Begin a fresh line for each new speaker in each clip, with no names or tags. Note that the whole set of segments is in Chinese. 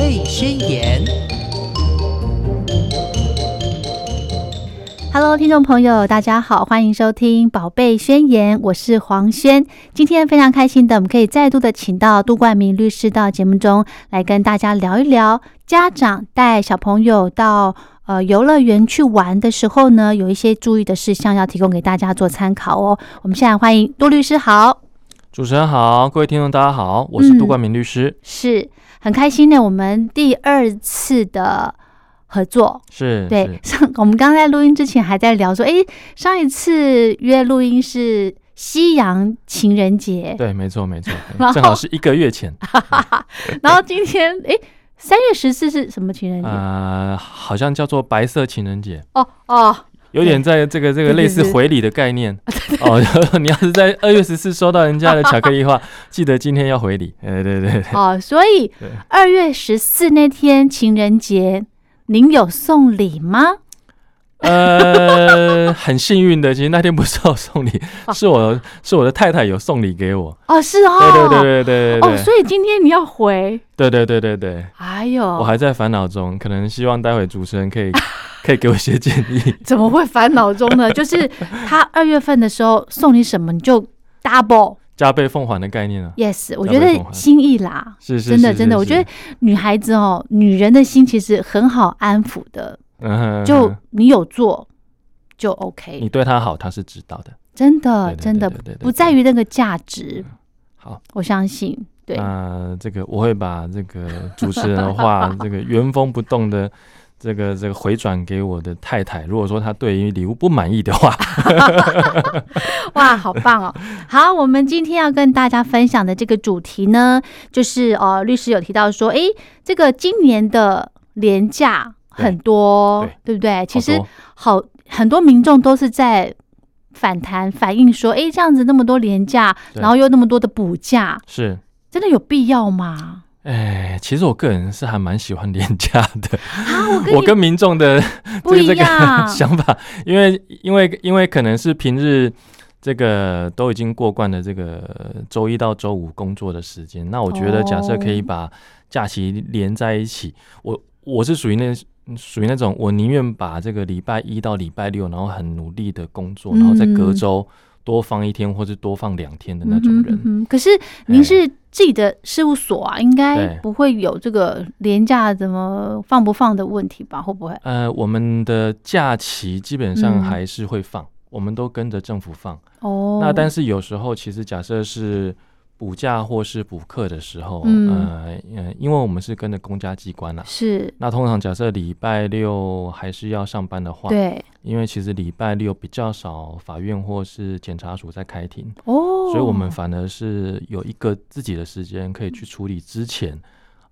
类宣言。
Hello，听众朋友，大家好，欢迎收听《宝贝宣言》，我是黄轩。今天非常开心的，我们可以再度的请到杜冠明律师到节目中来跟大家聊一聊，家长带小朋友到呃游乐园去玩的时候呢，有一些注意的事项要提供给大家做参考哦。我们现在欢迎杜律师，好。
主持人好，各位听众大家好，我
嗯
是杜冠明律师，
是很开心呢，我们第二次的合作。
是
对
嗯是，
上我们刚在录音之前还在聊说，诶，上一次约录音是西洋情人节，
对，没错没错，
然后
对正好是一个 月前，
然后今天诶，三月十四是什么情人节？
呃，好像叫做白色情人节，
哦哦，
有点在这个这个
对对
类似
对
回礼的 概念哦。 你要是在二月十四收到人家的巧克力的话，记得今天要回礼。哎，对对对，
哦，所以
对
二月十四那天情人节，您有送礼吗？
呃，很幸运的，其实那天不是我 送礼，是我是我的太太有送礼给我。
哦，是哦，
对对对对对
哦，
对
所以今天你要回，
对对对对对，
哎呦，
我还在烦恼中，可能希望待会主持人 可以可以给我一些建议。
怎么会烦恼中呢？就是他二月份的时候送你什么，你就 double
加倍奉还的概念啊。
yes，我
加
觉
倍
得
奉还
心意啦。
是是
真的
是
真的，
是
我觉
是
得女孩子哦，女人的心其实很好安抚的，
嗯哼
就
嗯哼
你有做就 OK，
你对他好，他是知道的。
真的
对
呃
对
真的
对对对嗯对
不在于那个价值，
好，
我相信对
那这个我会把这个主持人的话，这个原封不动的。这个这个回转给我的太太，如果说她对于礼物不满意的话，
啊哇，好棒 哦！好，我们今天要跟大家分享的这个主题呢，就是呃，律师有提到说，诶，这个今年的廉价很多，
对
不对？其实
好多
好很多民众都是在反弹反映说，诶，这样子那么多廉价，
对
然后又那么多的补价，
是，
真的有必要吗？
哎，其实我个人是还蛮喜欢廉价的，
啊，我跟
我
你
跟民众的
不
这
一
个这
样
个，想法，因为因为因为可能是平日这个都已经过惯了这个周一到周五工作的时间，那我觉得假设可以
哦
把假期连在一起，我我是属于那属于那种我宁愿把这个礼拜一到礼拜六，然后很努力的工作，然后在隔
嗯
周多放一天或是多放两天的那
嗯
种
哼
人。哎
嗯哼可是您是自己的事务所啊，应该
对
不会有这个廉价怎么放不放的问题吧？会不会？
呃，我们的假期基本
嗯
上还是会放，我们都跟着政府放。
哦，
那但是有时候其实假设是补假或是补课的时候，
嗯
呃呃，因为我们是跟着公家机关啦、
是
那通常假设礼拜六还是要上班的话，
对
因为其实礼拜六比较少法院或是检察署在开庭，
哦，
所以我们反而是有一个自己的时间可以去处理之前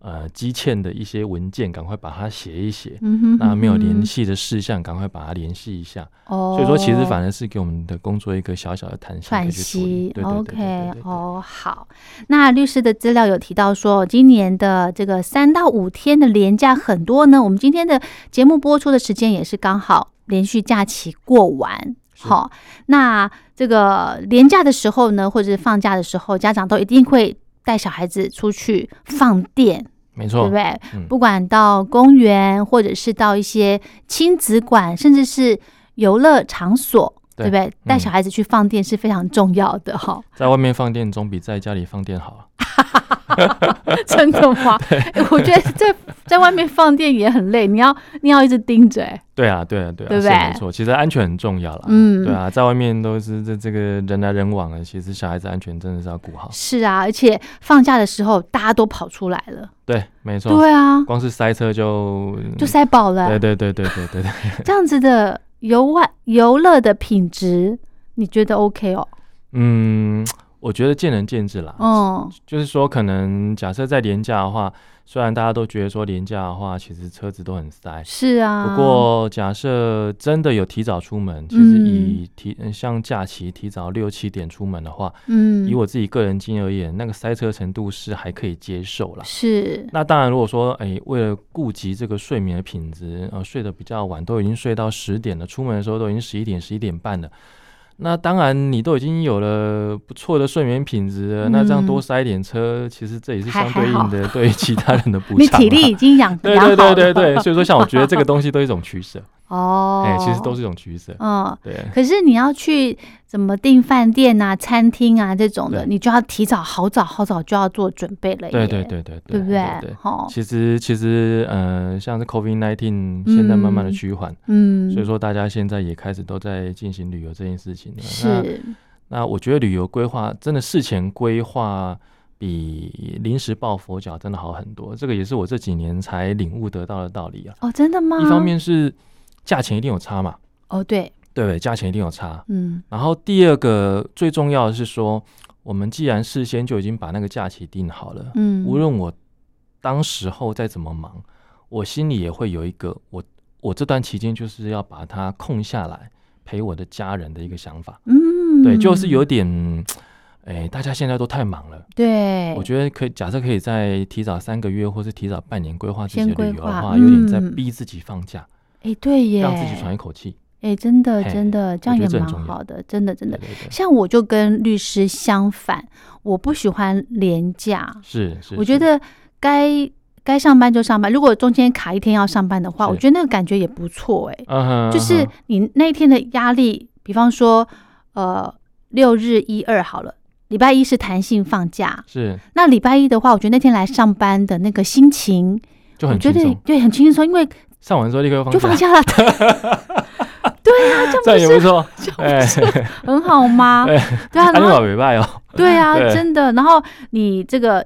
呃积欠的一些文件，赶快把它写一写。
嗯哼
那没有联
嗯
系的事项，赶快把它联系一下。
哼哦，
所以说，其实反而是给我们的工作一个小小的弹性可
喘
以去处
息
理。对对对对对
，OK，
对对
哦，好。那律师的资料有提到说，今年的这个三到五天的连假很多呢。我们今天的节目播出的时间也是刚好连续假期过完。
是
好，那这个连假的时候呢，或者是放假的时候，家长都一定会带小孩子出去放电，
没
对
错，
不对？
嗯
哦不管到公园，或者是到一些亲子馆，甚至是游乐场所，对
对嗯
不对？带小孩子去放电是非常重要的 哈、
在外面放电总比在家里放电好啊。
真的吗？诶 我觉得在在外面放电也很累，你要你要一直盯着、哎诶
对啊，对啊，对啊，
对不
是
对
没错。其实安全很重要啦。
嗯
对啊，在外面都是这这个人来人往的，其实小孩子安全真的是要顾好。
是啊，而且放假的时候大家都跑出来了，
对，没错。
对啊，
光是塞车就，
就塞饱了、
对对对对对对对。
这样子的游玩游乐的品质，你觉得 OK 哦？
嗯，我觉得见仁见智啦。
嗯，
就是说，可能假设在廉价的话，虽然大家都觉得说廉价的话，其实车子都很塞，
是啊。
不过，假设真的有提早出门，其
嗯
实以提呃像假期提早六七点出门的话，
嗯，
以我自己个人经验而言，那个塞车程度是还可以接受啦。
是
那当然，如果说哎，为了顾及这个睡眠的品质，呃，睡得比较晚，都已经睡到十点了，出门的时候都已经十一点、十一点半了。那当然，你都已经有了不错的睡眠品质了，那这
嗯
样多塞一点车，其实这也是相对应的对其他人的 补
你
偿、啊。
体力已经养
对
养好
对
了，
对对对，所以说像我觉得这个东西都是一种取舍，
哦，
哎、其实都是一种取舍。
嗯。
对，
可是你要去怎么订饭店啊、餐厅啊这种的，
对
你就要提早好早好早就要做准备了耶，
对对对对
对不对
对？
哦，
其实其实呃，像是 COVID nineteen 现在慢慢的趋缓，
嗯，
所以说大家现在也开始都在进行旅游这件事情了。那
是
那我觉得旅游规划真的事前规划比临时抱佛脚真的好很多，这个也是我这几年才领悟得到的道理啊。
哦，真的吗？
一方面是价钱一定有差嘛，
哦，对，
对不对？价钱一定有差。
嗯，
然后第二个最重要的是说，我们既然事先就已经把那个假期定好了，
嗯，
无论我当时候再怎么忙，我心里也会有一个我我这段期间就是要把它空下来陪我的家人的一个想法。
嗯，
对，就是有点，哎，大家现在都太忙了。
对，
我觉得可以，假设可以在提早三个月，或是提早半年规划自
先
己的
规
旅游
划
的话，有点在
嗯
逼自己放假，
得哎，对耶，
让自己喘一口气。
哎，真的
嘿
真的，这样
我觉
也
得这
蛮
很重要
好的，真的真
对
的。
对对，
像我就跟律师相反，我不喜欢廉价，
是是。
我觉
是
得该该上班就上班，如果中间卡一天要上班的话，我
是
觉得那个感觉也不错哎、
嗯哼，
就
嗯
是
哼
你那一天的压力，比方说呃六日一二好了，礼拜一是弹性放假，
是
那礼拜一的话，我觉得那天来上班的那个心情，
就
我
很
觉
轻
得
松，
对很轻松，因为
上完之后立刻
就放
假，
假了。 对啊，这
这
样
样也
不是
不错。哎，
很好吗？
对
对啊，
安
然后
老尾拜哦，
对啊，
对
真的。然后你这个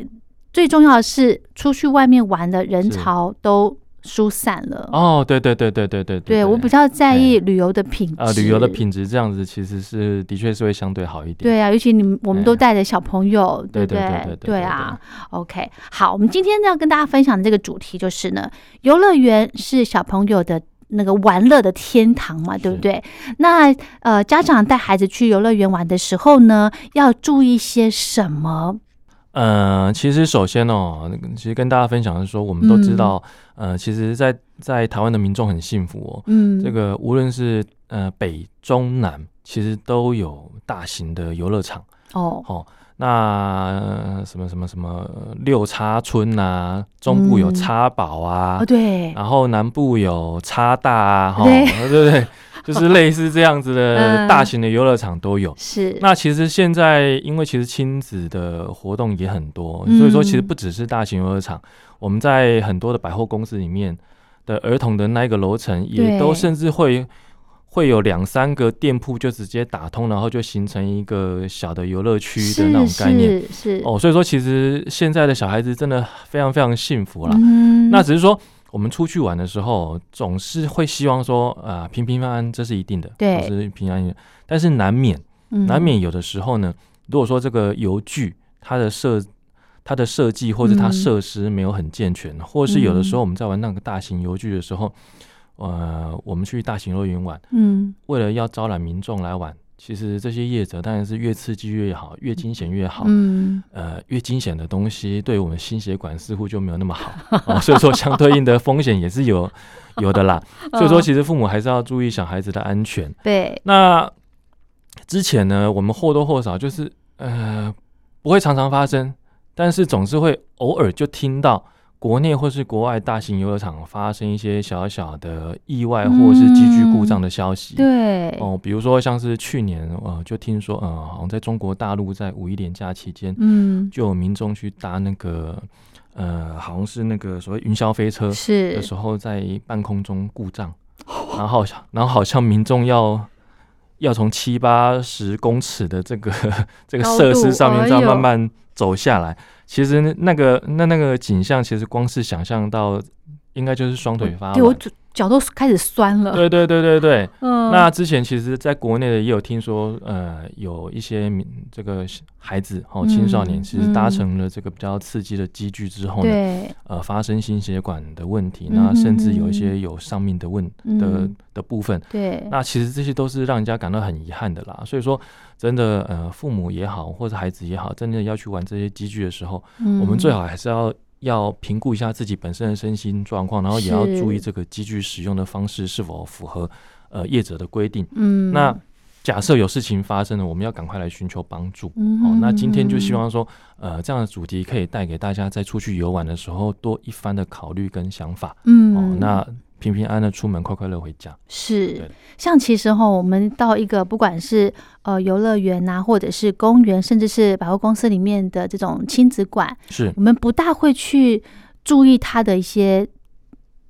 最重要的是，出去外面玩的人
是
潮都疏散了。
哦，对对对对对对
对我比较在意旅游的品质，
呃旅游的。品质这样子，其实是的确是会相对好一点。
对啊，尤其你们我们
哎
都带着小朋友，
对
不
对对对对对
啊，OK，好，我们今天要跟大家分享的这个主题就是呢，游乐园是小朋友的那个玩乐的天堂嘛，对不
是
对？那呃，家长带孩子去游乐园玩的时候呢，要注意些什么？
呃，其实首先哦，其实跟大家分享的是说，我们都知道，呃，其实在，在台湾的民众很幸福哦。
嗯，
这个无论是呃北中南，其实都有大型的游乐场
哦，
哦。那、呃什么什么什么呃六叉村啊，中部有
嗯
叉堡啊，
哦，对，
然后南部有叉大啊，哈，
对
对对对， 就是类似这样子的
嗯
大型的游乐场都有。
是，
那其实现在，因为其实亲子的活动也很多，所以说其实
嗯
不只是大型游乐场，我们在很多的百货公司里面的儿童的那一个楼层，也
对
都甚至会会有两三个店铺就直接打通，然后就形成一个小的游乐区的那种概念。
是是是，
哦，所以说其实现在的小孩子真的非常非常幸福啦。
嗯，
那只是说我们出去玩的时候，总是会希望说啊、平平安安，这是一定的，
对
总是平安。但是难免
嗯
难免有的时候呢，如果说这个游具它的设它的设计或者它
嗯
设施没有很健全，或是有的时
嗯
候我们在玩那个大型游具的时候，呃，我们去大型乐园玩，
嗯，
为了要招揽民众来玩。其实这些业者当然是越刺激越好，越惊险越好。
嗯
呃，越惊险的东西，对我们心血管似乎就没有那么好哦， 所以说相对应的风险也是有有的啦。
嗯，
所以说，其实父母还是要注意小孩子的安全。
对，
那之前呢，我们或多或少就是呃，不会常常发生，但是总是会偶尔就听到国内或是国外大型游乐场发生一些小小的意外或是机具故障的消息。
嗯对，
哦，比如说像是去年，呃，就听说，呃，好像在中国大陆在五一连假期间，
嗯，
就有民众去搭那个呃，好像是那个所谓云霄飞车
是
的时候，在半空中故障，然后好像然后好像民众要要从七八十公尺的这个 这个
高
设施
度
上面
哎
这样
呦
慢慢走下来。其实那那个那那个景象，其实光是想象到，应该就是双腿发
对我
软。
脚脚都开始酸了，
对对对对对，
嗯，
那之前其实，在国内的也有听说，呃，有一些民这个孩子哦，
嗯
青少年其实搭
嗯
乘了这个比较刺激的机具之后呢，
对，
呃，发生心血管的问题，
嗯
那甚至有一
嗯
些有上面的问的
嗯
的部分，
对，
那其实这些都是让人家感到很遗憾的啦。所以说，真的，呃，父母也好，或者孩子也好，真的要去玩这些机具的时候，
我
我们最好还是要。要评估一下自己本身的身心状况，然后也要
是
注意这个机具使用的方式是否符合呃业者的规定。
嗯，
那假设有事情发生了，我们要赶快来寻求帮助。
嗯
哦，那今天就希望说，呃，这样的主题可以带给大家在出去游玩的时候多一番的考虑跟想法。
嗯，
哦，那平平安安的出门，快快乐回家。
是
对，
像其实哈，我们到一个不管是呃游乐园呐、或者是公园，甚至是百货公司里面的这种亲子馆，
是
我们不大会去注意它的一些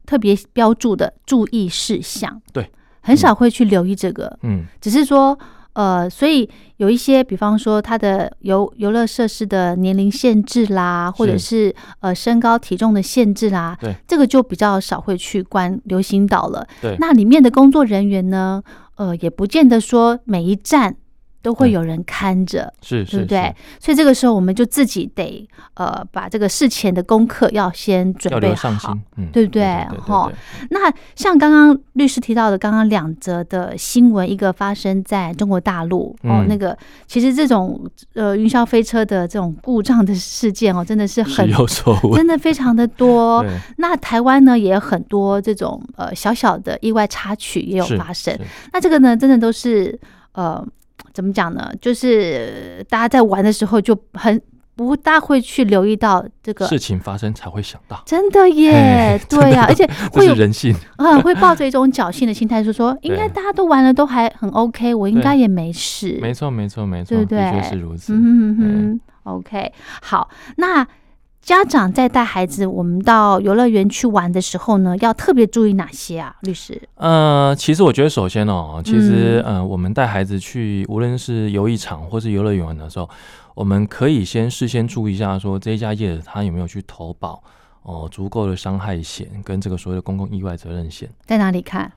特别标注的注意事项，
对，
很少会去留意这个，
嗯，
只是说呃，所以有一些，比方说它的游游乐设施的年龄限制啦，或者是呃身高体重的限制啦，
对，
这个就比较少会去关流行岛了。
对
那里面的工作人员呢，呃，也不见得说每一站。都会有人看着，
是
对
是
不对
是？
所以这个时候我们就自己得呃，把这个事前的功课要先
要
准备
留上
好
心。，嗯，
对不对
对对
吼
对
那像刚刚律师提到的，刚刚两则的新闻，一个发生在中国大陆、哦，
嗯
那个其实这种呃云霄飞车的这种故障的事件哦，真的是
对是
很
有所闻。
真的非常的多。
对，
那台湾呢也有很多这种呃小小的意外插曲也有
是
发生
是。
那这个呢，真的都是呃怎么讲呢？就是大家在玩的时候就很不大会去留意到这个。
事情发生才会想到，
真的耶
嘿，
对呀、而且
这
会有
是人性。
嗯，会抱着一种侥幸的心态，就说应该大家都玩了，都还很 OK，我应该也没事。
没错，没错，没错，
对不
的
对
确是如此。
嗯哼哼哼，OK，好，那。家长在带孩子我们到游乐园去玩的时候呢，要特别注意哪些啊？律师，
呃，其实我觉得，首先哦，其实、呃，我们带孩子去，无论是游艺场或是游乐园的时候，我们可以先事先注意一下说这一家业者他有没有去投保哦、足够的伤害险跟这个所谓的公共意外责任险。
在哪里看？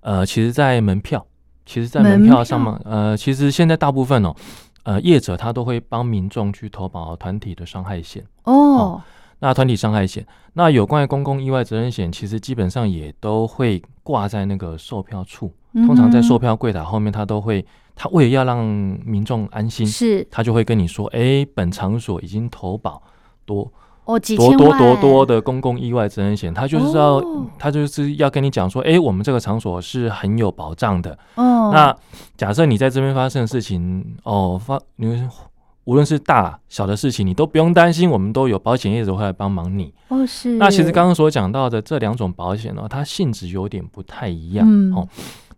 呃，其实，在门票，其实，在
门
门票上
票
面，呃，其实现在大部分哦，呃，业者他都会帮民众去投保团体的伤害险。
哦，
那团体伤害险，那有关于公共意外责任险，其实基本上也都会挂在那个售票处。
嗯
通常在售票柜台后面，他都会，他为了要让民众安
嗯
心
哼，是
他就会跟你说，哎、本场所已经投保多
哦，几
多
千
多
万
多多的公共意外责任险，他就是要、
哦
他就是要跟你讲说，哎、我们这个场所是很有保障的。
哦，
那假设你在这边发生的事情，哦，发你无论是大小的事情，你都不用担心，我们都有保险业者会来帮忙你。
哦是，
那其实刚刚所讲到的这两种保险呢、它性质有点不太一样、
嗯
哦。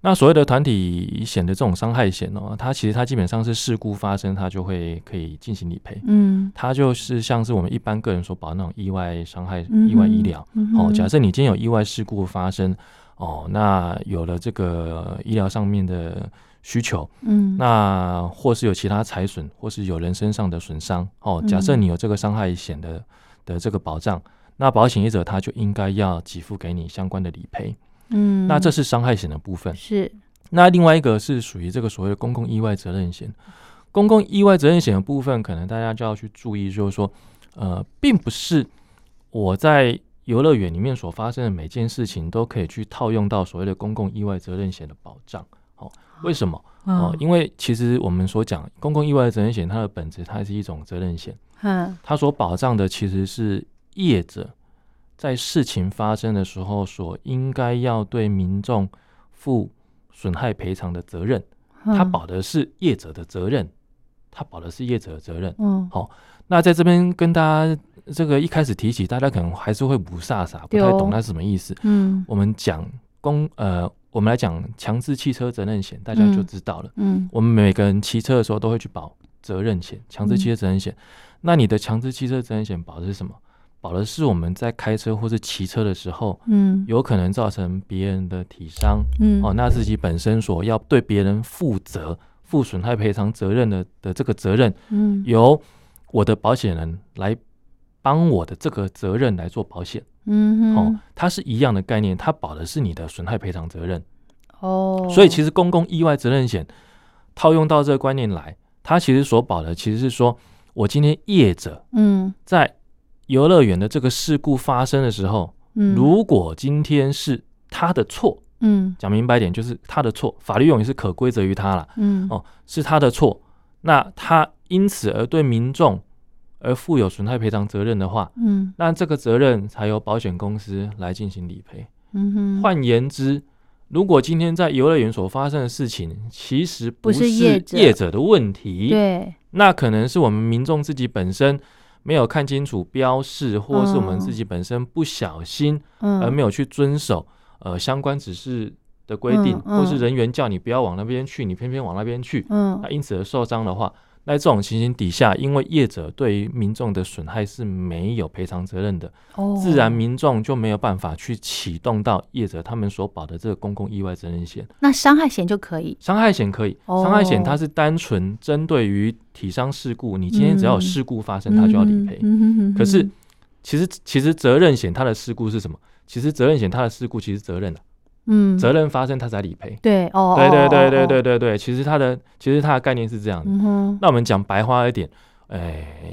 那所谓的团体险的这种伤害险哦，它其实它基本上是事故发生，它就会可以进行理赔。
嗯
它就是像是我们一般个人所保的那种意外伤害、
嗯
意外医疗。
嗯
哦，
哼
假设你今天有意外事故发生，哦，那有了这个医疗上面的需求，
嗯
那或是有其他财损，或是有人身上的损伤，哦，假设
嗯
你有这个伤害险的的这个保障，那保险业者他就应该要给付给你相关的理赔，
嗯，
那这是伤害险的部分。
是
那另外一个是属于这个所谓的公共意外责任险，公共意外责任险的部分，可能大家就要去注意，就是说，呃，并不是我在游乐园里面所发生的每件事情都可以去套用到所谓的公共意外责任险的保障。哦，为什么？哦
哦，，
因为其实我们所讲公共意外责任险，它的本质它是一种责任险，
嗯
它所保障的其实是业者在事情发生的时候所应该要对民众负损害赔偿的责任，
嗯
它保的是业者的责任，它保的是业者的责任。
嗯
那在这边跟大家这个一开始提起，大家可能还是会不飒飒，不
对
太
哦
懂它是什么意思。
嗯
我们讲公呃，我们来讲强制汽车责任险，大家就
嗯
知道了。
嗯
我们每个人骑车的时候都会去保责任险，强
嗯
制汽车责任险。那你的强制汽车责任险保的是什么？保的是我们在开车或是骑车的时候，
嗯
有可能造成别人的体伤、
嗯
哦，那自己本身所要对别人负责、负损害赔偿责任的的这个责任，
嗯
由我的保险人来帮我的这个责任来做保险、
嗯
哦
哼，
它是一样的概念，它保的是你的损害赔偿责任。
哦，
所以其实公共意外责任险套用到这个观念来，它其实所保的其实是说，我今天业者
嗯
在游乐园的这个事故发生的时候，
嗯，
如果今天是他的错，
嗯
讲明白一点就是他的错，法律用语是可归责于他啦，
嗯
哦是他的错，那他因此而对民众而负有损害赔偿责任的话，
嗯
那这个责任才由保险公司来进行理赔。
嗯哼，
换言之，如果今天在游乐园所发生的事情，其实
不是
是
业者
业者的问题，
对，
那可能是我们民众自己本身没有看清楚标示，或是我们
嗯
自己本身不小心而
嗯，
没有去遵守呃相关指示的规定，
嗯嗯
或是人员叫你不要往那边去，你偏偏往那边去，
嗯
那，因此而受伤的话，那这种情形底下，因为业者对于民众的损害是没有赔偿责任的，
哦，
自然民众就没有办法去启动到业者他们所保的这个公共意外责任险。
那伤害险就可以，
伤害险可以，
哦
伤害险它是单纯针对于体伤事故，你今天只要有
嗯
事故发生，它就要理赔。
嗯哼哼哼
可是其实其实责任险它的事故是什么？其实责任险它的事故其实责任啊，
嗯，
责任发生它才理赔。
对哦，
对对
哦
对对，
哦
对对对，其实它的其实它的概念是这样的。
嗯哼，
那我们讲白话一点，哎、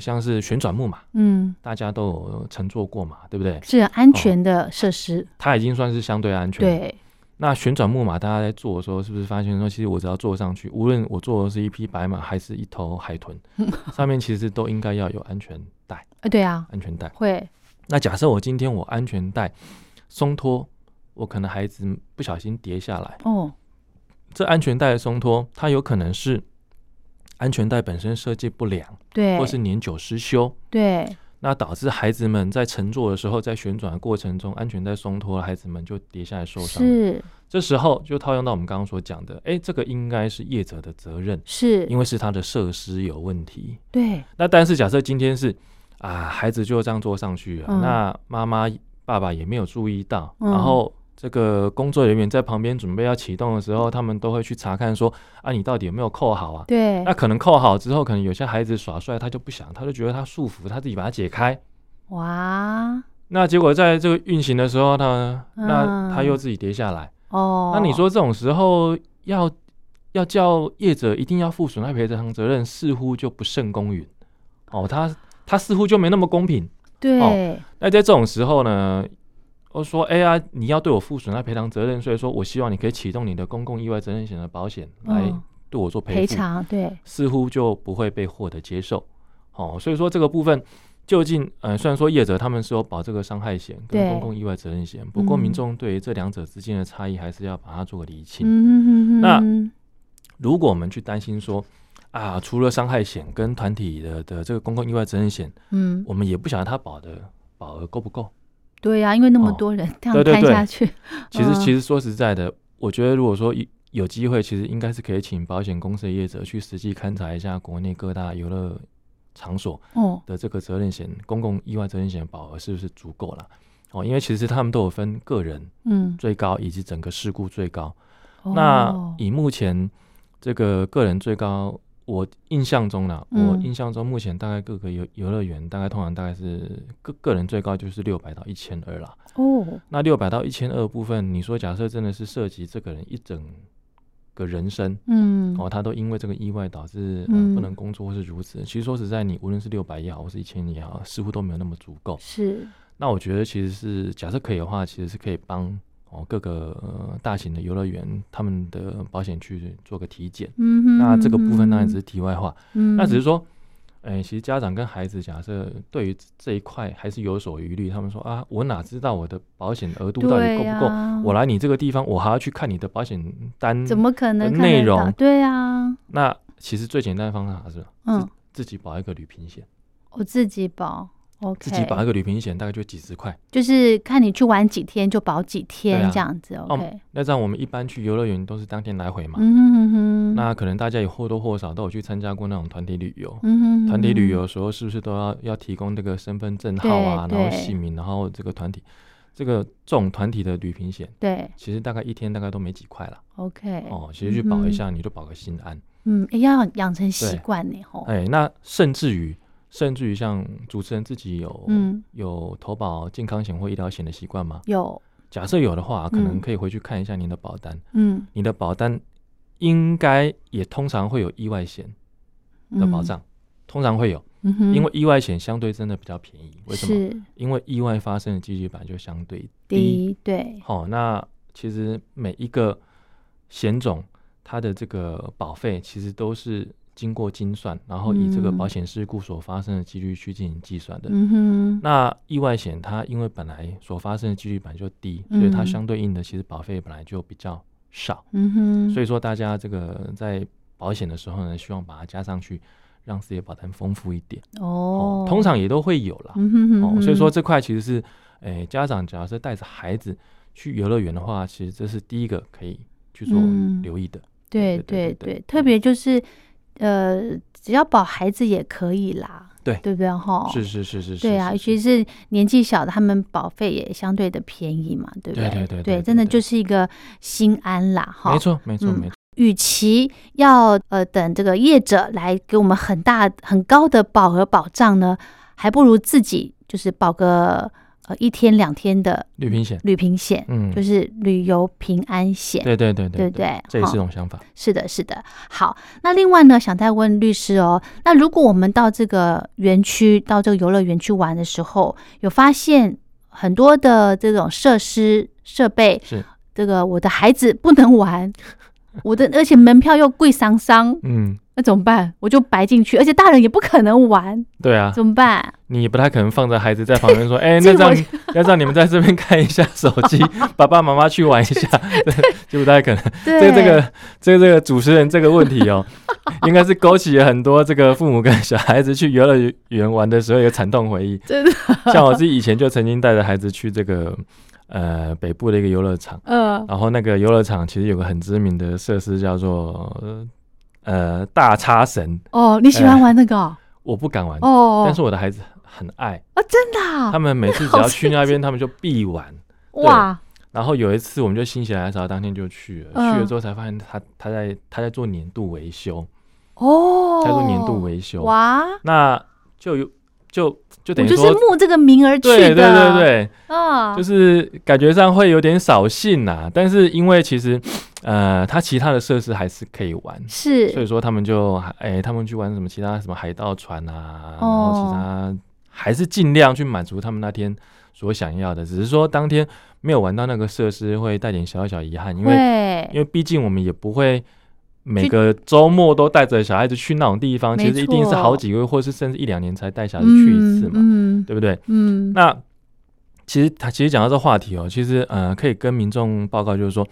像是旋转木马，
嗯，
大家都有乘坐过嘛，对不对？
是安全的设施，
它已经算是相对安哦全。。
对，
那旋转木马，大家在坐的时候，是不是发现说，其实我只要坐上去，无论我坐的是一匹白马还是一头海 豚，上面其实都应该要有安全带。
呃，对啊，
安全带。
会，
那假设我今天我安全带松脱，我可能孩子不小心跌下来，
哦，
这安全带的松脱，它有可能是安全带本身设计不良，
对，
或是年久失修，
对，
那导致孩子们在乘坐的时候，在旋转的过程中，安全带松脱了，孩子们就跌下来受伤。
是
这时候就套用到我们刚刚所讲的，诶，这个应该是业者的责任，
是，
因为是他的设施有问题。
对，
那但是假设今天是啊，孩子就这样坐上去了，
嗯
那妈妈爸爸也没有注意到，
嗯
然后这个工作人员在旁边准备要启动的时候，他们都会去查看说啊，你到底有没有扣好啊？
对
那，可能扣好之后，可能有些孩子耍帅，他就不想，他就觉得他束缚，他自己把它解开。
哇，
那结果在这个运行的时候呢，那
嗯
他又自己跌下来。
哦，
那你说这种时候要要叫业者一定要负损害赔偿责任，似乎就不甚公允哦，他他似乎就没那么公平。
对，
那在这种时候呢，我说哎呀，你要对我负损害赔偿责任，所以说我希望你可以启动你的公共意外责任险的保险来
嗯
对我做
赔
赔付，
偿，对，
似乎就不会被获得接受哦。所以说这个部分。究竟，呃，虽然说业者他们是有保这个伤害险跟
对
公共意外责任险，不过
嗯
民众对于这两者之间的差异还是要把它做个厘清。
嗯哼哼
那
哼
如果我们去担心说啊，除了伤害险跟团体的的这个公共意外责任险，
嗯，
我们也不晓得它保的保额够不够。
对呀，因为那么
哦
多人这样
对对
看
对
下去，
其实，
嗯
其实说实在的，我觉得如果说一有机会，其实应该是可以请保险公司的业者去实际勘察一下国内各大游乐场所
哦，
的这个责任险、公共意外责任险的保额是不是足够啦。哦，因为其实他们都有分个人
嗯，
最高以及整个事故最高。那
哦
以目前这个个人最高，我印象中啦，
嗯
我印象中目前大概各个游游乐园大概通常大概是个个人最高就是六百到一千二啦。
哦，
那六百到一千二部分，你说假设真的是涉及这个人一整个人生。
嗯，
哦，他都因为这个意外导致、呃
嗯
不能工作或是如此。其实说实在，你无论是六百也好，或是一千也好，似乎都没有那么足够。
是，
那我觉得其实是，假设可以的话，其实是可以帮哦各个、呃、大型的游乐园他们的保险去做个体检。
嗯哼，
那这个部分当然只
是，
是题外话，
嗯，
那只是说，哎、其实家长跟孩子假设对于这一块还是有所疑虑，他们说啊，我哪知道我的保险额度到底
对
够不够？
呀
我来你这个地方，我还要去看你的保险单，
怎么可能
的
看得
内
到
容
对啊，
那其实最简单的方法是
嗯，
自己保一个旅平险，
我自己保，OK，
自己保一个旅平险大概就几十块。
就是看你去玩几天就保几
对
天
啊
这样子，OK，
那这样我们一般去游乐园都是当天来回嘛，
嗯哼哼哼，
那可能大家也或多或少都有去参加过那种团体旅游。
嗯哼哼
团体旅游
哼，
的时候，是不是都要要提供这个身份证号啊，
对
然后
对
姓名，然后这个团体，这个这种团体的旅行险，
对
其实大概一天大概都没几块啦。
，OK，
哦，其实去保一下，你就保个心安。
嗯，诶要养成习
对
惯呢，吼，
哎，那甚至于甚至于像主持人自己有、
嗯，
有投保健康险或医疗险的习惯吗？
有，
假设有的话，可能
嗯
可以回去看一下您的保单，
嗯，
你的保单应该也通常会有意外险的保
嗯，
障，通常会有。
嗯哼，
因为意外险相对真的比较便宜，为什么？
是
因为意外发生的几率本来就相对低。
低，对，
好、那其实每一个险种它的这个保费其实都是经过精算，然后以这个
嗯
保险事故所发生的几率去进行计算的。
嗯哼，
那意外险它因为本来所发生的几率本来就低，所以它
嗯
相对应的其实保费本来就比较少，
嗯哼，
所
以
以说大家这个在保险的时候呢，希望把它加上去，让自己的保单丰富一点。
哦，
通常也都会有啦。
嗯哼哼
哦，
哼，
所以说这块其实是，诶、家长只要是带着孩子去游乐园的话，其实这是第一个可以去做
嗯
留意的。
对对
对对对
对，
对
特别就是呃，只要保孩子也可以啦，
对
对不对哈？
是是是是是，
哦对啊，尤
是
其是年纪小的，他们保费也相对的便宜嘛，对不
对
对
对对对对
真的
对
就是一个心安啦，哈。
没。错没错
嗯
没错，
与其要呃等这个业者来给我们很大很高的保额保障呢，还不如自己就是保个呃一天两天的
绿屏险，
旅平险，
嗯，
就是旅游平安险，
对对对
对
对
不，对？
这也
哈
是一种想法。
是的，是的。好，那另外呢，想再问律师哦，那如果我们到这个园区，到这个游乐园去玩的时候，有发现很多的这种设施设备，
是
这个我的孩子不能玩，我的而且门票又贵桑桑，
嗯，
那怎么办？我就白进去，而且大人也不可能玩，
对啊，
怎么办？
你不太可能放着孩子在旁 边说，哎、
这
那
个我
让要让你们在这边看一下手 机，爸爸妈妈去玩一下， 对，就不太可能。
对，
这这 个这这个主持人这个问题哦，应该是勾起了很多这个父母跟小孩子去游乐园玩的时候有惨痛回忆。
真的，
像我自己以前就曾经带着孩子去这个呃北部的一个游乐场，
呃，
然后那个游乐场其实有个很知名的设施叫做呃呃大叉神，
哦，你喜欢玩那个哦？
我不敢玩，
哦哦，
哎但是我的孩子很爱，
哦，真的啊、
他们每次只要去那边，他们就必玩。对
哇，
然后有一次，我们就心血来潮，当天就去了。
嗯
去了之后才发现他，他在他在做年度维修。
哦，
叫做年度维修。
哇，
那就有就就等
我
于
就是
说，
慕这个名而去的，
对对对对，
啊，
就是是感觉上会有点扫兴呐、但是因为其实，呃，它其他的设施还是可以玩，所以说他们就哎、他们去玩什么其他什么海盗船啊，然后
哦
其他还是尽量去满足他们那天所想要的，只是说当天没有玩到那个设施会带点小小遗憾，因为
会
因为毕竟我们也不会每个周末都带着小孩子去那种地方，
没
其实一定是
错
好几个月，或是甚至一两年才带小孩子去一次嘛，
嗯
对不对？
嗯，
那其实他其实讲到这话题哦，其实呃可以跟民众报告，就是说，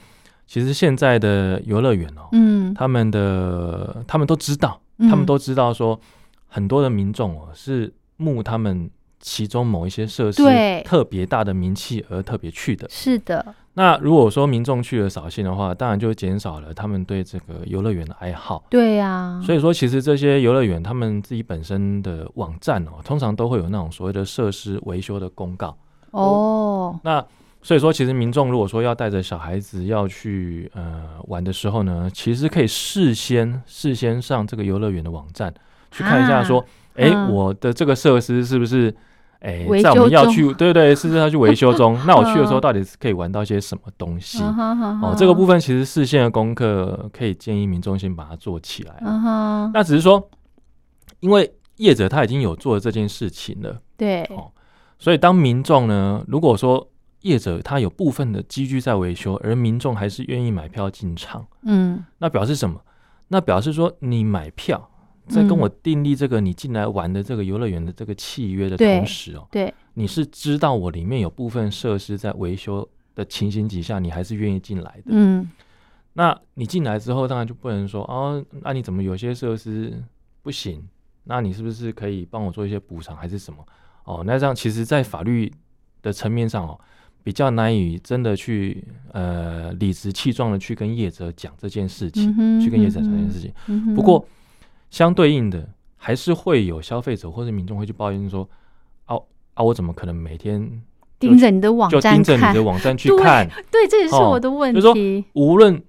其实现在的游乐园哦，
嗯，
他们的他们都知道，
嗯
他们都知道说，很多的民众哦是慕他们其中某一些设施
对
特别大的名气而特别去的。
是的，
那如果说民众去了扫兴的话，当然就减少了他们对这个游乐园的爱好。
对呀，
所以说，其实这些游乐园他们自己本身的网站哦，通常都会有那种所谓的设施维修的公告。
哦，
那所以说，其实民众如果说要带着小孩子要去呃玩的时候呢，其实可以事先事先上这个游乐园的网站去看一下，说，哎、
嗯
我的这个设施是不是，哎
维，
在我们
修
要
中
去，对对，是不是要去维修中？ 那我去的时候
嗯
到底是可以玩到些什么东西？
哦
哦，这个部
分，
分其实事先的功课可以建议民众先把它做起来。
嗯哼，
那只是说，因为业者他已经有做这件事情了，
对，
哦所以当民众呢，如果说业者他有部分的机具在维修，而民众还是愿意买票进场，
嗯，
那表示什么？那表示说你买票。在跟
嗯
我订立这个你进来玩的这个游乐园的这个契约的
对
同时哦，
对，
你是知道我里面有部分设施在维修的情形底下，你还是愿意进来的。
嗯，
那你进来之后，当然就不能说哦，那你怎么有些设施不行？那你是不是可以帮我做一些补偿还是什么？哦，那这样其实，在法律的层面上哦，比较难以真的去呃理直气壮的去跟业者讲这件事情，
嗯
去跟业者讲这件事情。
情
不过，相对应的，还是会有消费者或者民众会去抱怨说，哦啊，我怎么可能每天
盯着你的网
就
站
盯着你
看
的，网站去
对
看？
对，这也是
哦
我的问
就是说
题，
无论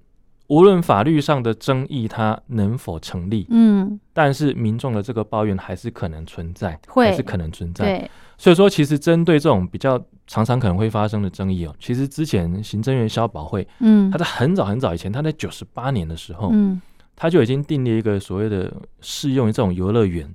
无论法律上的争议它能否成立，
嗯，
但是民众的这个抱怨还是可能存在，
会
还是可能存在。
对，
所以说，其实针对这种比较常常可能会发生的争议哦，其实之前行政院消保会，
嗯
他，在很早很早以前，他在九十八年的时候，
嗯
他就已经订立一个所谓的适用于这种游乐园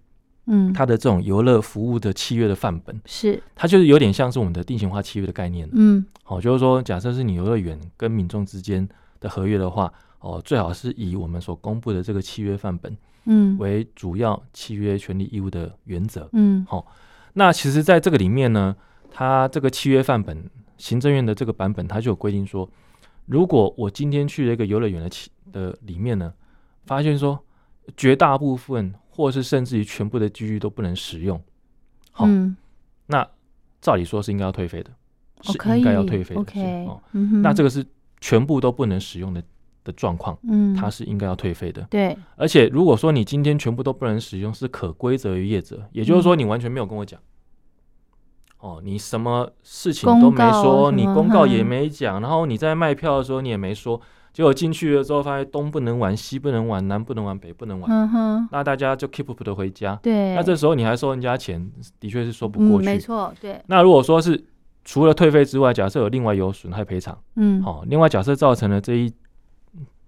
嗯，
它的这种游乐服务的契约的范本，
是，
它就是有点像是我们的定型化契约的概念了。
嗯
哦，就是说，假设是你游乐园跟民众之间的合约的话，哦，最好是以我们所公布的这个契约范本
嗯
为主要契约权利义务的原则。
嗯
那其实，在这个里面呢，它这个契约范本，行政院的这个版本，它就有规定说，如果我今天去了一个游乐园的其的里面呢，发现说绝大部分或是甚至于全部的机具都不能使用，好、
嗯，
那照理说是应该要退费的，
哦
是
可以
应该要退费的。是
OK，
哦，
嗯哼
那这个是全部都不能使用的的状况，
嗯，
它是应该要退费的。
对，
而且如果说你今天全部都不能使用，是可归责于业者，也就是说
嗯
你完全没有跟我讲。哦，你什么事情都
公
没说，
告嗯什么
你公告也没讲，然后你在卖票的时候你也没说，结果进去了之后发现东不能玩，西不能玩，南不能玩，北不能玩，
嗯哼，
那大家就 keep up 的回家。
对，
那这时候你还收人家钱，的确是说不
嗯，
过去。
没错，对，
那如果说是除了退费之外，假设有另外有损害赔偿，
嗯，
好、哦另外假设造成了这一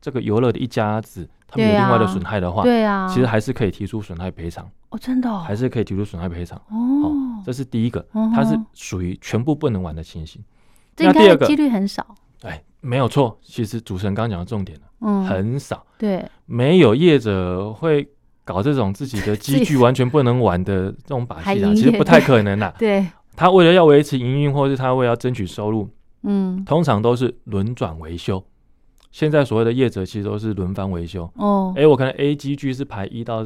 这个游乐的一家子他们有
对
另外的
啊
损害的话，
对啊，
其实还是可以提出损害赔偿，
哦，真的哦，
还是可以提出损害赔偿。
哦，
这是第一个，
嗯哼
它是属于全部不能玩的情形。
这
那
应
第
该
二个
几率很少，
哎，没有错，其实主持人刚刚讲的重点了，
嗯，
很少
对，
没有业者会搞这种自己的
自
机
己
具完全不能玩的这种把
还
戏啊，
营
其实
业
不太可能啦、
对，
他为了要维持营运，或是他为了要争取收入，
嗯，
通常都是轮转维修。现在所谓的业者其实都是轮番维修。
哦，
哎、我可能 A 机具是排一到，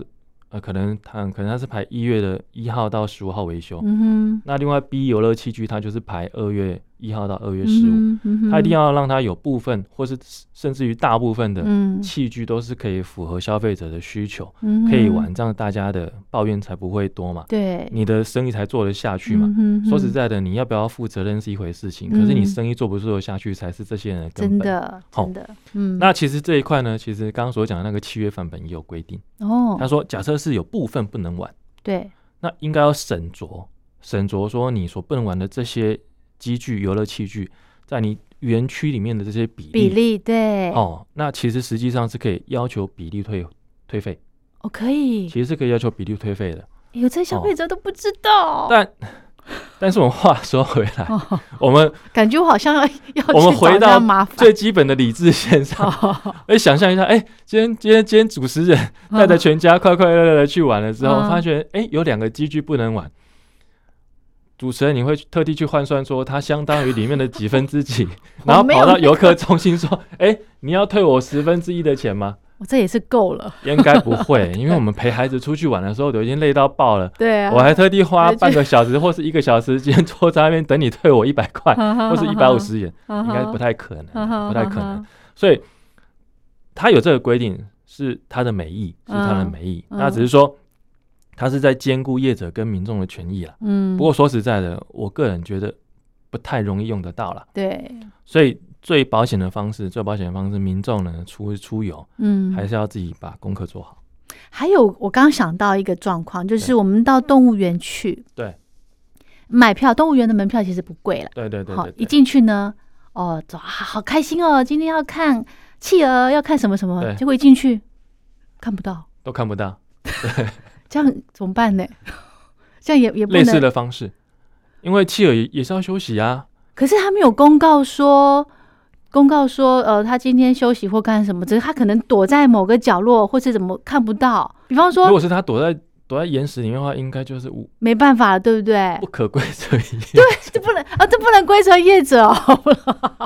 呃，可能他可能他是排一月的一号到十五号维修，
嗯哼，
那另外 B 游乐器具它就是排二月一号到二月十五、
五
它一定，要让它有部分或是甚至于大部分的
嗯哼
器具都是可以符合消费者的需求，
嗯，
可以玩，，这样大家的抱怨才不会多嘛，
对，
你的生意才做得下去嘛。
嗯哼
说实
哼，
在的，你要不要负责任是一回事情，可是你
嗯
生意做不做得下去才是这些人的根
真
本。
的，
好
真的，嗯，
那其实这一块呢，其实刚刚所讲的那个契约范本也有规定，
哦
他，说假设是有部分不能玩。
对，
那应该要审酌，审酌说你所不能玩的这些机具、游乐器具，在你园区里面的这些比例
比例对，
哦，那其实实际上是可以要求比例退退费，
哦，可以，
其实是可以要求比例退费的。
有这消
哦
费者都不知道，
但 但是我们话说回来，
哦，
我们
感觉我好像要要
我们
去
回
找人
到
家麻烦，
最基本的理智线上，
哦
哎、想象一下，哎、今天今天今天主持人 带着全家快快乐乐的去玩了之后，
嗯
发觉哎、有两个机具不能玩。主持人，你会特地去换算说它相当于里面的几分 之几，然后
我没有
跑到游客中心说：“哎、你要退我十分之一的钱吗
我这也是够了，？”
应该不 会，因为我们陪孩子出去玩的时候都已经累到爆了，
对啊，
我还特地花
我就觉得
半个小时或是一个小时时间坐在那边等你退我一百 块
嗯
或是一百五，十元，
应
应该不太可能，不太可能。
嗯。
所以他有这个规定是他的美意，是他的美意。
嗯嗯
那只是说他是在兼顾业者跟民众的权益啦。
嗯，
不过说实在的，我个人觉得不太容易用得到啦。
对，
所以最保险的方式，最保险的方式，民众呢出出游
嗯，
还是要自己把功课做好。
还有我刚刚想到一个状况，就是
对
我们到动物园去，
对，
买票，动物园的门票其实不贵了，
对对对
好
对，
一
对，
进去呢，哦，走，啊好开心哦，今天要看企鹅，要看什么什么，
对
结果一进去看不到，
都看不到
这样怎么办呢？ 这样也也不
类似
能，
的方式，因为企鹅也也是要休息啊。
可是他没有公告说。公告说，呃，他今天休息或干什么，只是他可能躲在某个角落，或是怎么看不到。比方
如
说，
果是它躲在躲在岩石里面的话，应该就是无
没办法了，对不对？
不可归责一样。
这不能啊，这不能归责业者哦。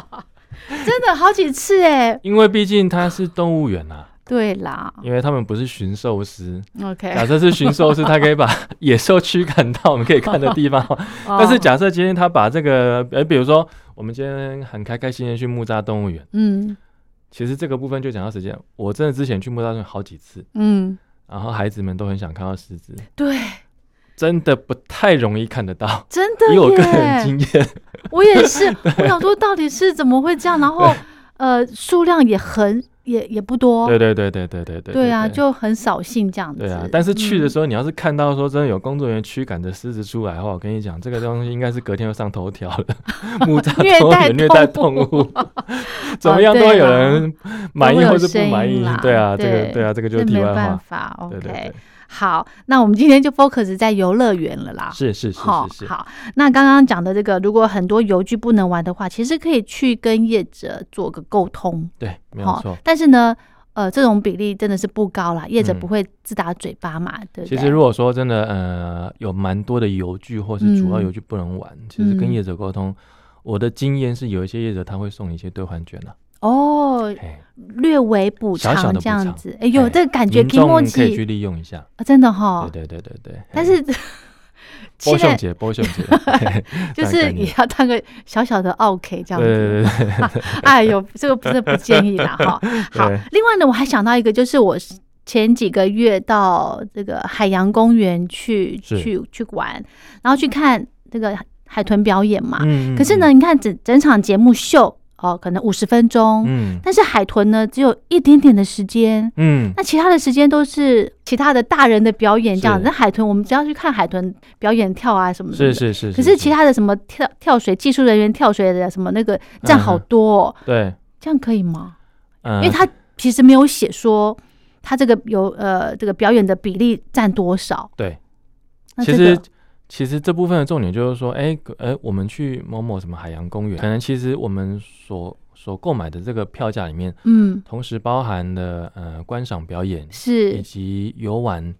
真的好几次哎、
因为毕竟它是动物园啊，
对啦
因为他们不是驯兽师。假
，OK，
设是驯兽师，他可以把 野兽驱赶到我们可以看的地方。但是
哦
假设今天他把这个，呃，比如说我们今天很开开心心去木栅动物园，
嗯
其实这个部分就讲到时间。我真的之前去木栅动物园好几次，
嗯，
然后孩子们都很想看到狮子，
对，
真的不太容易看得到。
真的
以我个人
耶，
经验，
我也 是，我想说到底是怎么会这样，然后呃数量也很也也不多，
对对对对对对对，
哦对啊，就很扫兴这样子。
对啊。但是去的
候，
时候，你要是看到说真的有工作人员驱赶着狮子出来的话，我跟你讲，这个东西应该是隔天就上 头条了。木栅
虐
动物
待
园虐待
动
动
物
物，怎么样
哦
都会
对
有
啦
人满
都
意
会有
或是不满
声音
意
啦。
对啊，这
对
个对啊，这个就是
这
题
没
外
办
话。
法
对对
，OK
对。，
好，那我们今天就 focus 在游乐园了啦。
是是是
好
是是，
好，那刚刚讲的这个，如果很多邮具不能玩的话，其实可以去跟业者做个沟通，
对，没有
好，
错。
但是呢，呃，这种比例真的是不高啦，业者
嗯
不会自打嘴巴嘛，对不
其
对？
实如果说真的，呃，有蛮多的邮具或是主要邮具不能玩，其实跟
嗯
业者沟通，我的经验是有一些业者他会送你一些兑换券啊，
哦，
哎，
略微补
小小
偿
的补
这样
偿
子，哎呦，
哎
这个感觉
民
提莫
众可以
奇
去利用一下。
啊，真的哈，
对对对对对。
但是
波
现
秀
在
姐，波 秀姐，嘿
就
大概
是
念
也要当个小小的 OK 这
对
样子。
对对对
哎呦，这个不是不建议 啦哈。好啊
对，
另外呢，我还想到一个，就是我前几个月到这个海洋公园去
是
去去玩，然后去看这个海豚表演嘛。
嗯
可是呢，，你看整整场节目秀哦，可能五十分钟，
嗯
但是海豚呢只有一点点的时间。
嗯，
那其他的时间都是其他的大人的表演这样
是
子，那海豚我们只要去看海豚表演跳啊什么什么
是
的，
是是。
可是其他的什么跳跳水技术人员跳水的什么那
嗯
个占好多、哦，
对，嗯
这样可以吗？
因
因为他其实没有写说他这个有呃这个表演的比例占多少。
对，
那这
其
个
实其实这部分的重点就是说，哎、可哎、我们去某某什么海洋公园，可能其实我们所所购买的这个票价里面，
嗯
同时包含了呃观赏表演以呃
是，
及游玩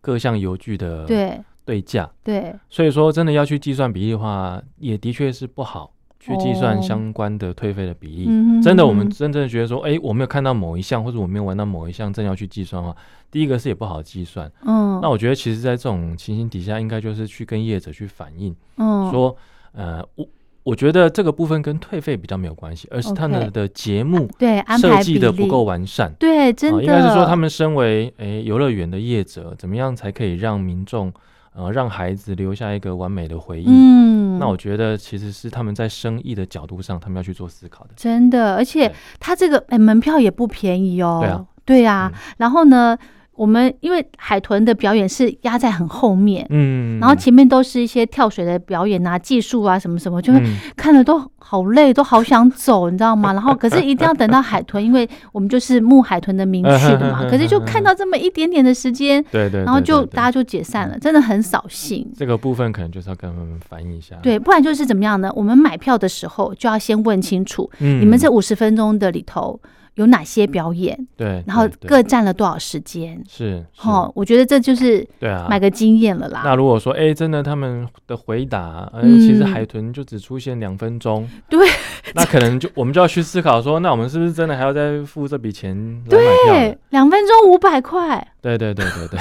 各项游具的
对
对价，
对，
所以说真的要去计算比例的话，也的确是不好去计算
哦
相关的退费的比例。
嗯
真的，我们
嗯
真正觉得说，哎、我没有看到某一项，或者我没有玩到某一项，正要去计算的话，第一个是也不好计算，
嗯
那我觉得，其实，在这种情形底下，应该就是去跟业者去反映，
嗯
说，呃，我我觉得这个部分跟退费比较没有关系，而是他们
OK
的节目
对安
设
排
计
比
的不
例
够，完善。
对，真
啊、
的
应该是说，他们身为诶游乐园的业者，怎么样才可以让民众呃让孩子留下一个完美的回忆？
嗯，
那我觉得其实是他们在生意的角度上，他们要去做思考的。
真的，而且
对
它这个哎、门票也不便宜哦。
对啊，嗯
然后呢，我们因为海豚的表演是压在很后面，
嗯，
然后前面都是一些跳水的表演啊、技术啊什么什么，就会
嗯
看了都好累，都好想走，你知道 吗？然后可是一定要等到海豚，因为我们就是木海豚的名曲的 嘛。可是就看到这么一点点的时间，
对对对，
然后就
对对嗯
大家就解散了，真的很扫兴。
这个部分可能就是要跟他们反映一下。，
对，不然就是怎么样呢？我们买票的时候就要先问清楚，
嗯
你们这五十分钟的里头有哪些表演，
对，
然后
嗯对对
各占了多少时间？
是，是
哦，我觉得这就是
对啊。
买个经验了啦。
那如果说，哎、真的他们的回答，呃，
嗯
其实海豚就只出现两分钟，
对，
那可能就我们就要去思考说，那我们是不是真的还要再付这笔钱来买票
对
呢？，
哎两分钟五百块，
对对对对 对，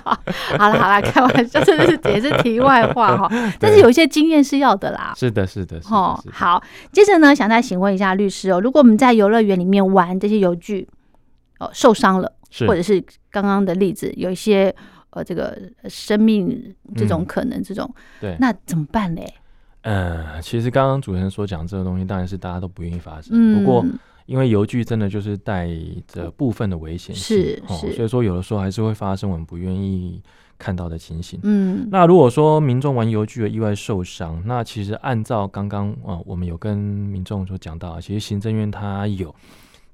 好了好 了，开玩笑，这是也是题外话哈、但是有一些经验是要的啦。
是的，是的，是的
哦，
是的，
好，接着呢，想再请问一下律师哦，如果我们在游乐园里面玩这些游具，哦，受伤了，
是
或者是刚刚的例子，有一些呃，这个呃生命这种
嗯
可能，这种、
对，
那怎么办嘞？
呃，其实刚刚主持人所讲这个东西，当然是大家都不愿意发生，
嗯，
不过因为邮局真的就是带着部分的危险性，
是
哦
是，
所以说有的时候还是会发生我们不愿意看到的情形。
嗯，
那如果说民众玩邮具而意外受伤，那其实按照刚刚啊、呃我们有跟民众所讲到啊，其实行政院它有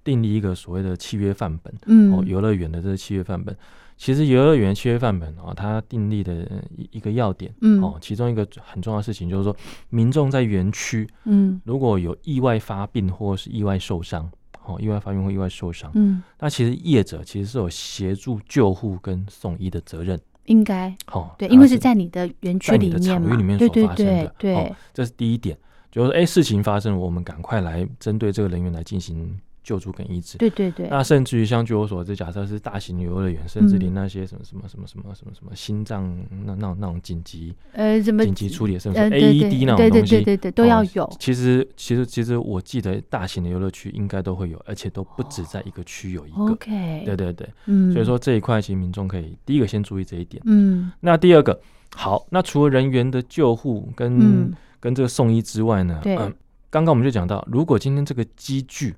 订立一个所谓的契约范本，
嗯，
哦，游乐园的这个契约范本。其实游乐园契约范本啊、哦，它订立的呃一一个要点
嗯
哦，其中一个很重要的事情就是说，民众在园区
嗯
如果有意外发病或是意外受伤，哦，意外发病或意外受伤，
嗯，
那其实业者其实是有协助救护跟送医的责任。
应该
哦，
对，
它
因为是在你的园区
在你
里
的
面
场
嘛，
域里面
对
所
对
发生
对
的，
对
哦，这是第一点，就是哎、诶事情发生了，我们赶快来针对这个人员来进行救助跟医治。
对对对，
那甚至于像据我所知，假设是大型游乐园，甚至
嗯
连那些什么什么什么什么什么什么心脏那那种那种紧急
呃，怎么
紧急处理的，甚至
呃，对对
AED 那
对对
种东
对
西，哦
对对，都要有，
其实其实其实我记得大型的游乐区应该都会有，而且都不止在一个区有一个。
哦 OK，
对，对对，
嗯，
所以说这一块其实民众可以第一个先注意这一点。
嗯
那第二个，好，那除了人员的救护跟、
嗯
跟这个送医之外呢，
对
嗯刚刚我们就讲到，如果今天这个机具，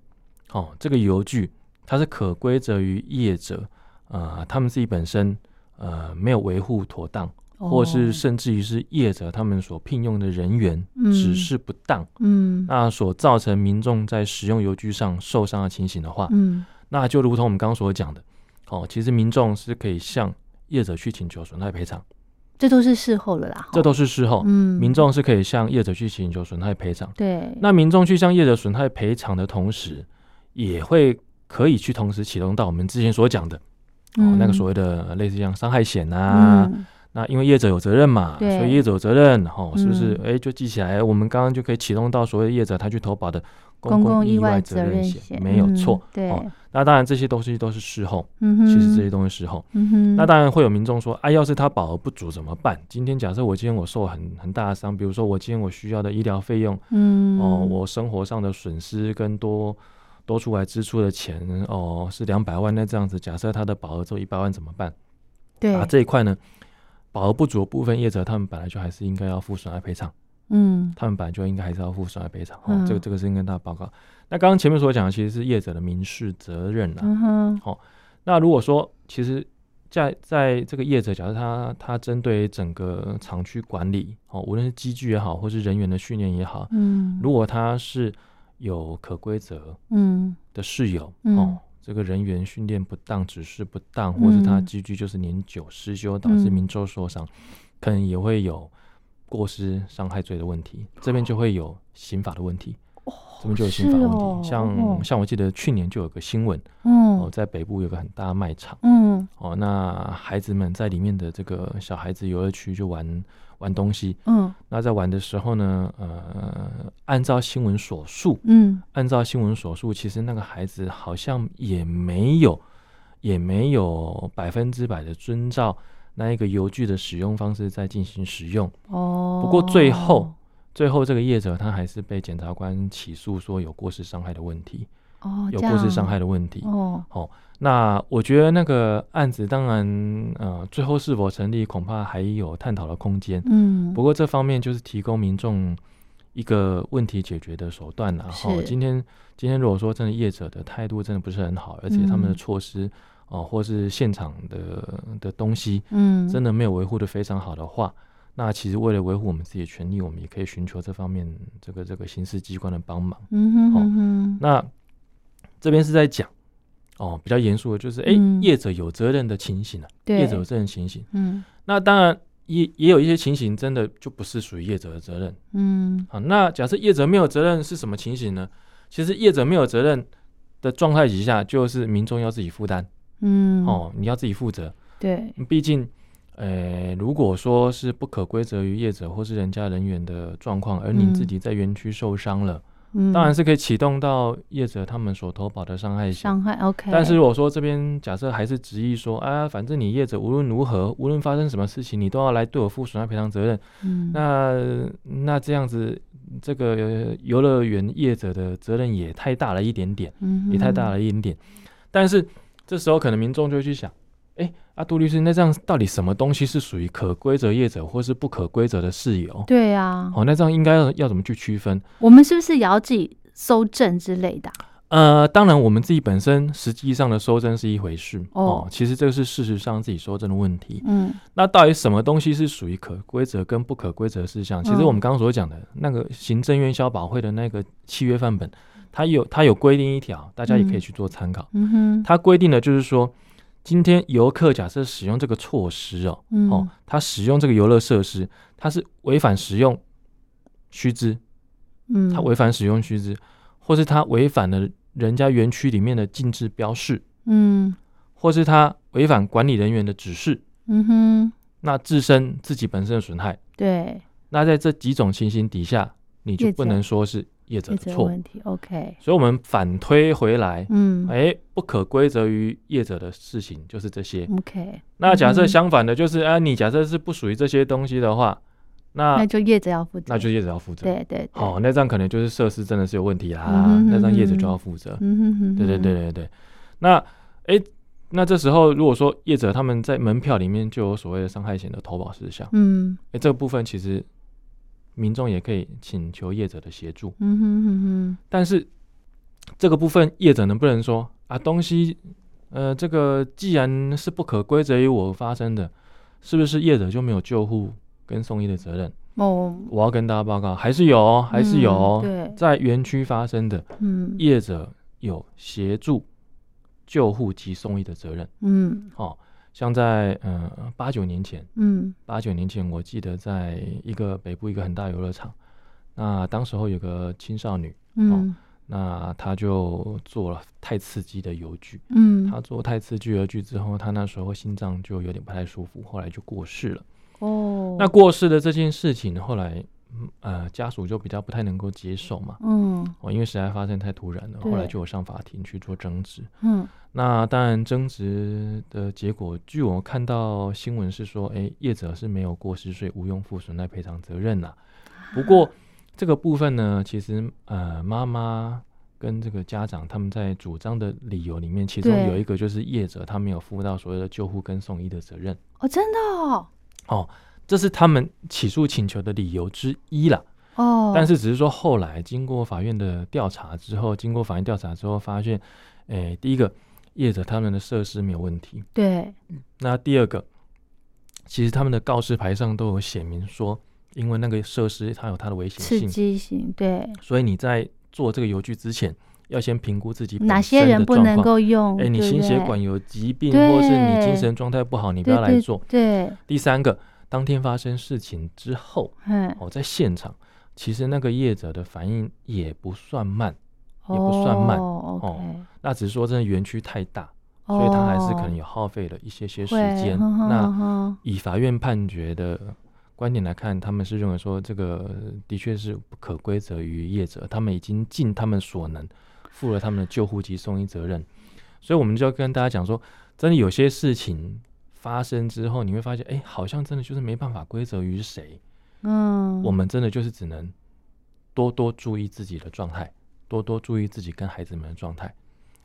哦，这个油具，它是可归责于业者，呃，他们自己本身呃没有维护妥当，或是
哦
甚至于是业者他们所聘用的人员
嗯
指示不当，
嗯
那所造成民众在使用油具上受伤的情形的话，
嗯
那就如同我们刚刚所讲的，哦，其实民众是可以向业者去请求损害赔偿。
这都是事后了啦，
这
哈
都是事后，
嗯，
民众是可以向业者去请求损害赔偿。
对，
那民众去向业者损害赔偿的同时，也会可以去同时启动到我们之前所讲的、哦
嗯，
那个所谓的类似像伤害险啊，
嗯
那因为业者有责任嘛，
对
所以业者有责任，哦，是不是
嗯？
哎、就记起来，我们刚刚就可以启动到所谓业者他去投保的
公
共
共意
外
外
责
责任
险，
险
没有错。，
嗯对，
哦那当然这些东西都是事后，
嗯
其
哼，
实这些东西事后。
嗯哼，
那当然会有民众说，哎、要是他保额不足怎么办？今天假设我今天我受很很大的伤，比如说我今天我需要的医疗费用，
嗯，
哦，我生活上的损失跟多多出来支出的钱，哦是两百万，那这样子假设他的保额只有一百万怎么办？
对，
啊，这一块呢，保额不足的部分业者他们本来就还是应该要负损害赔偿，
嗯
他们本来就应该还是要负损害赔偿。哦，
嗯
这个这个是跟大家报告。那刚刚前面所讲的其实是业者的民事责任啊。
嗯哼，
那如果说其实在在这个业者，假设他他针对整个厂区管理哦，无论是机具也好，或是人员的训练也好，
嗯，
如果他是有可归责
嗯
的事由、
嗯
哦，这个人员训练不当、指示不当，或是他
嗯
机具就是年久失修导致
嗯
民众受伤，可能也会有过失伤害罪的问题，这边就会有刑法的问题。这边就有刑法问题，
哦是哦哦
像像我记得去年就有个新闻哦，
嗯
在北部有个很大的卖场
嗯
哦，那孩子们在里面的这个小孩子游乐区就玩玩东西，
嗯
那在玩的时候呢，呃，按照新闻所述，
嗯
按照新闻所述，其实那个孩子好像也没有，也没有百分之百的遵照那一个油具的使用方式在进行使用。
哦，
不过最后最后，这个业者他还是被检察官起诉说有过失伤害的问题，
哦
有
这
过失
样
伤害的问题。
哦，
那我觉得那个案子当然，呃，最后是否成立，恐怕还有探讨的空间。
嗯，
不过这方面就是提供民众一个问题解决的手段了哈。
是
今天今天如果说真的业者的态度真的不是很好，而且他们的
嗯
措施哦、或是现场的的东西
嗯
真的没有维护的非常好的话，那其实为了维护我们自己的权利，我们也可以寻求这方面这个这个刑事机关的帮忙。
嗯哼哼哼，
哦那这边是在讲哦比较严肃的，就是诶，
嗯
业者有责任的情形啊，
对，
业者有责任情形。
嗯
那当然也也有一些情形真的就不是属于业者的责任
嗯
啊。那假设业者没有责任是什么情形呢？其实业者没有责任的状态底下，就是民众要自己负担
嗯，
哦，你要自己负责。
对，
毕竟，呃，如果说是不可归责于业者或是人家人员的状况，而你
嗯
自己在园区受伤了，
嗯，
当然是可以启动到业者他们所投保的伤害险。
伤害 OK，
但是如果说这边假设还是执意说啊，反正你业者无论如何，无论发生什么事情，你都要来对我负损害赔偿责任，
嗯
那那这样子，这个呃游乐园业者的责任也太大了一点点，
嗯
也太大
哼，
了一点点。但是这时候可能民众就会去想，哎、啊，杜律师，那这样到底什么东西是属于可归责业者或是不可归责的事由？
对啊，
哦，那这样应该要要怎么去区分？
我们是不是也要自己搜证之类的啊？
呃，当然，我们自己本身实际上的收证是一回事
哦
哦其实这个是事实上自己收证的问题。
嗯
那到底什么东西是属于可规则跟不可规则事项？其实
嗯
我们刚刚所讲的那个行政院消保会的那个契约范本，它有它有规定一条，大家也可以
嗯
去做参考。
嗯哼，
它规定的就是说，今天游客假设使用这个措施哦，
嗯
哦，他使用这个游乐设施，他是违反使用须知，
嗯，
他违反使用须知，或是他违反了人家园区里面的禁止标示，
嗯
或是他违反管理人员的指示，
嗯哼，
那自身自己本身的损害。
对，
那在这几种情形底下，你就
业者
不能说是业者
这
的
则
错。
问题 OK，
所以，我们反推回来，
嗯
哎、不可归责于业者的事情就是这
嗯
些。
，OK，
那假设
嗯
相反的，就是啊，你假设是不属于这些东西的话，那
那就业者要负责，
那就业者哦要负责。
对对，对
好、，那这样可能就是设施真的是有问题啦，
嗯哼哼
那这样业者就
哼
要负责。
嗯哼哼，
对对对，对对。那哎、那这时候如果说业者他们在门票里面就有所谓的伤害险的投保事项，
嗯
哎、这个部分其实民众也可以请求业者的协助，
嗯哼哼哼，
但是这个部分业者能不能说啊东西，呃，这个既然是不可归责于我发生的，是不是业者就没有救护跟送医的责任？
哦，
我要跟大家报告，还是有哦，还是有哦、
嗯
在园区发生的。
对，嗯
业者有协助救护及送医的责任。
嗯
哦，像在呃八九年前，
嗯
八九年前我记得在一个北部一个很大游乐场，那当时候有个青少女，
嗯
那他就做了太刺激的油锯，
嗯，
他做太刺激油锯之后，他那时候心脏就有点不太舒服，后来就过世了。
哦，
那过世的这件事情，后来嗯呃家属就比较不太能够接受嘛，
嗯
哦，因为实在发生太突然了，
对
后来就有上法庭去做争执。
嗯
那当然争执的结果，据我看到新闻是说，诶，业者是没有过失税无用负损害赔偿责任啦。不
嗯
过这个部分呢，其实呃妈妈。跟这个家长他们在主张的理由里面，其中
对
有一个就是业者他没有负到所谓的救护跟送医的责任，
哦，真的哦
这是他们起诉请求的理由之一啦。
哦，
但
是
是只是说后来经过法院的调查之后，经过法院调查之后发现，诶，第一个业者他们的设施没有问题，
对
那第二个，其实他们的告示牌上都有写明说，因为那个设施它有它的危
刺
险性，
激型，对
所以你在做这个油锯之前，要先评估自己本
哪些
身
人
的
不
状
能
况。
够用？
哎，你
对不
心血
对
管有疾病，
对
或是你精神状态不好，你不
对
要来
对
做。
对，
第三个，当天发生事情之后，
嗯，
哦，在现场，其实那个业者的反应也不算慢，也不算慢
哦，OK，
那只是说真的园区太大，所以他还是可能
有
有耗费了一些些时
哦会，
间。
哼哼
那
哼哼
以法院判决的观点来看，他们是认为说这个的确是不可归责于业者，他们已经尽他们所能，负了他们的救护及送医责任。所以我们就要跟大家讲说，真的有些事情发生之后，你会发现，哎，好像真的就是没办法归责于谁，
嗯，
我们真的就是只能多多注意自己的状态，多多注意自己跟孩子们的状态。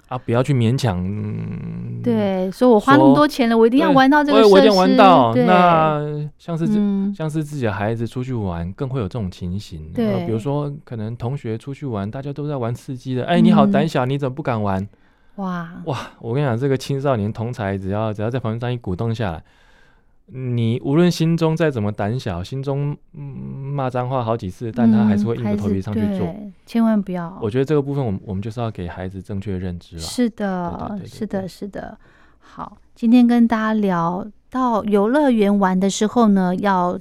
啊，不要去勉强。嗯、
对，所以我花那么
说
多钱了，我一定要
对
玩到这
我
个
也
设施，
我一定玩到。
对
那像是这
嗯
像是自己的孩子出去玩，更会有这种情形。
对
呃比如说可能同学出去玩，大家都在玩刺激的，哎，你好
嗯
胆小，你怎么不敢玩？
哇，
哇，我跟你讲，这个青少年同才，只要只要在旁边这样一鼓动下来，你无论心中再怎么胆小，心中嗯骂脏话好几次，但他还是会硬着头皮上去
嗯
做。，
还是对千万不要。
我觉得这个部分，我们我们就是要给孩子正确的认知了。
是的
对对对，对
是
对。
的，是的。好，今天跟大家聊到游乐园玩的时候呢，要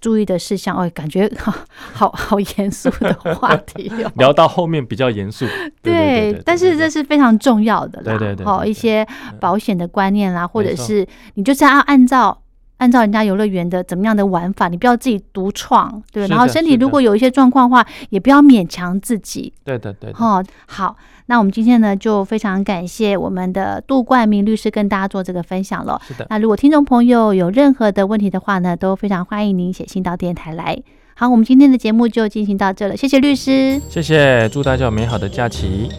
注意的事项。哦，感觉 好好好严肃的话题哦
聊到后面比较 严肃，对对对
但是这是非常重要的啦。
对对对
好、
对对
一些保险的观念啦，或者
没错
是你就是要按照。按照人家游乐园的怎么样的玩法，你不要自己独创，对不对。
是的
然后身体
是的
如果有一些状况的话，也不要勉强自己，
对对对对
哦，好，那我们今天呢就非常感谢我们的杜冠明律师跟大家做这个分享了。
是的，
那如果听众朋友有任何的问题的话呢，都非常欢迎您写信到电台来。好，我们今天的节目就进行到这了，谢谢律师。
谢谢，祝大家有美好的假期。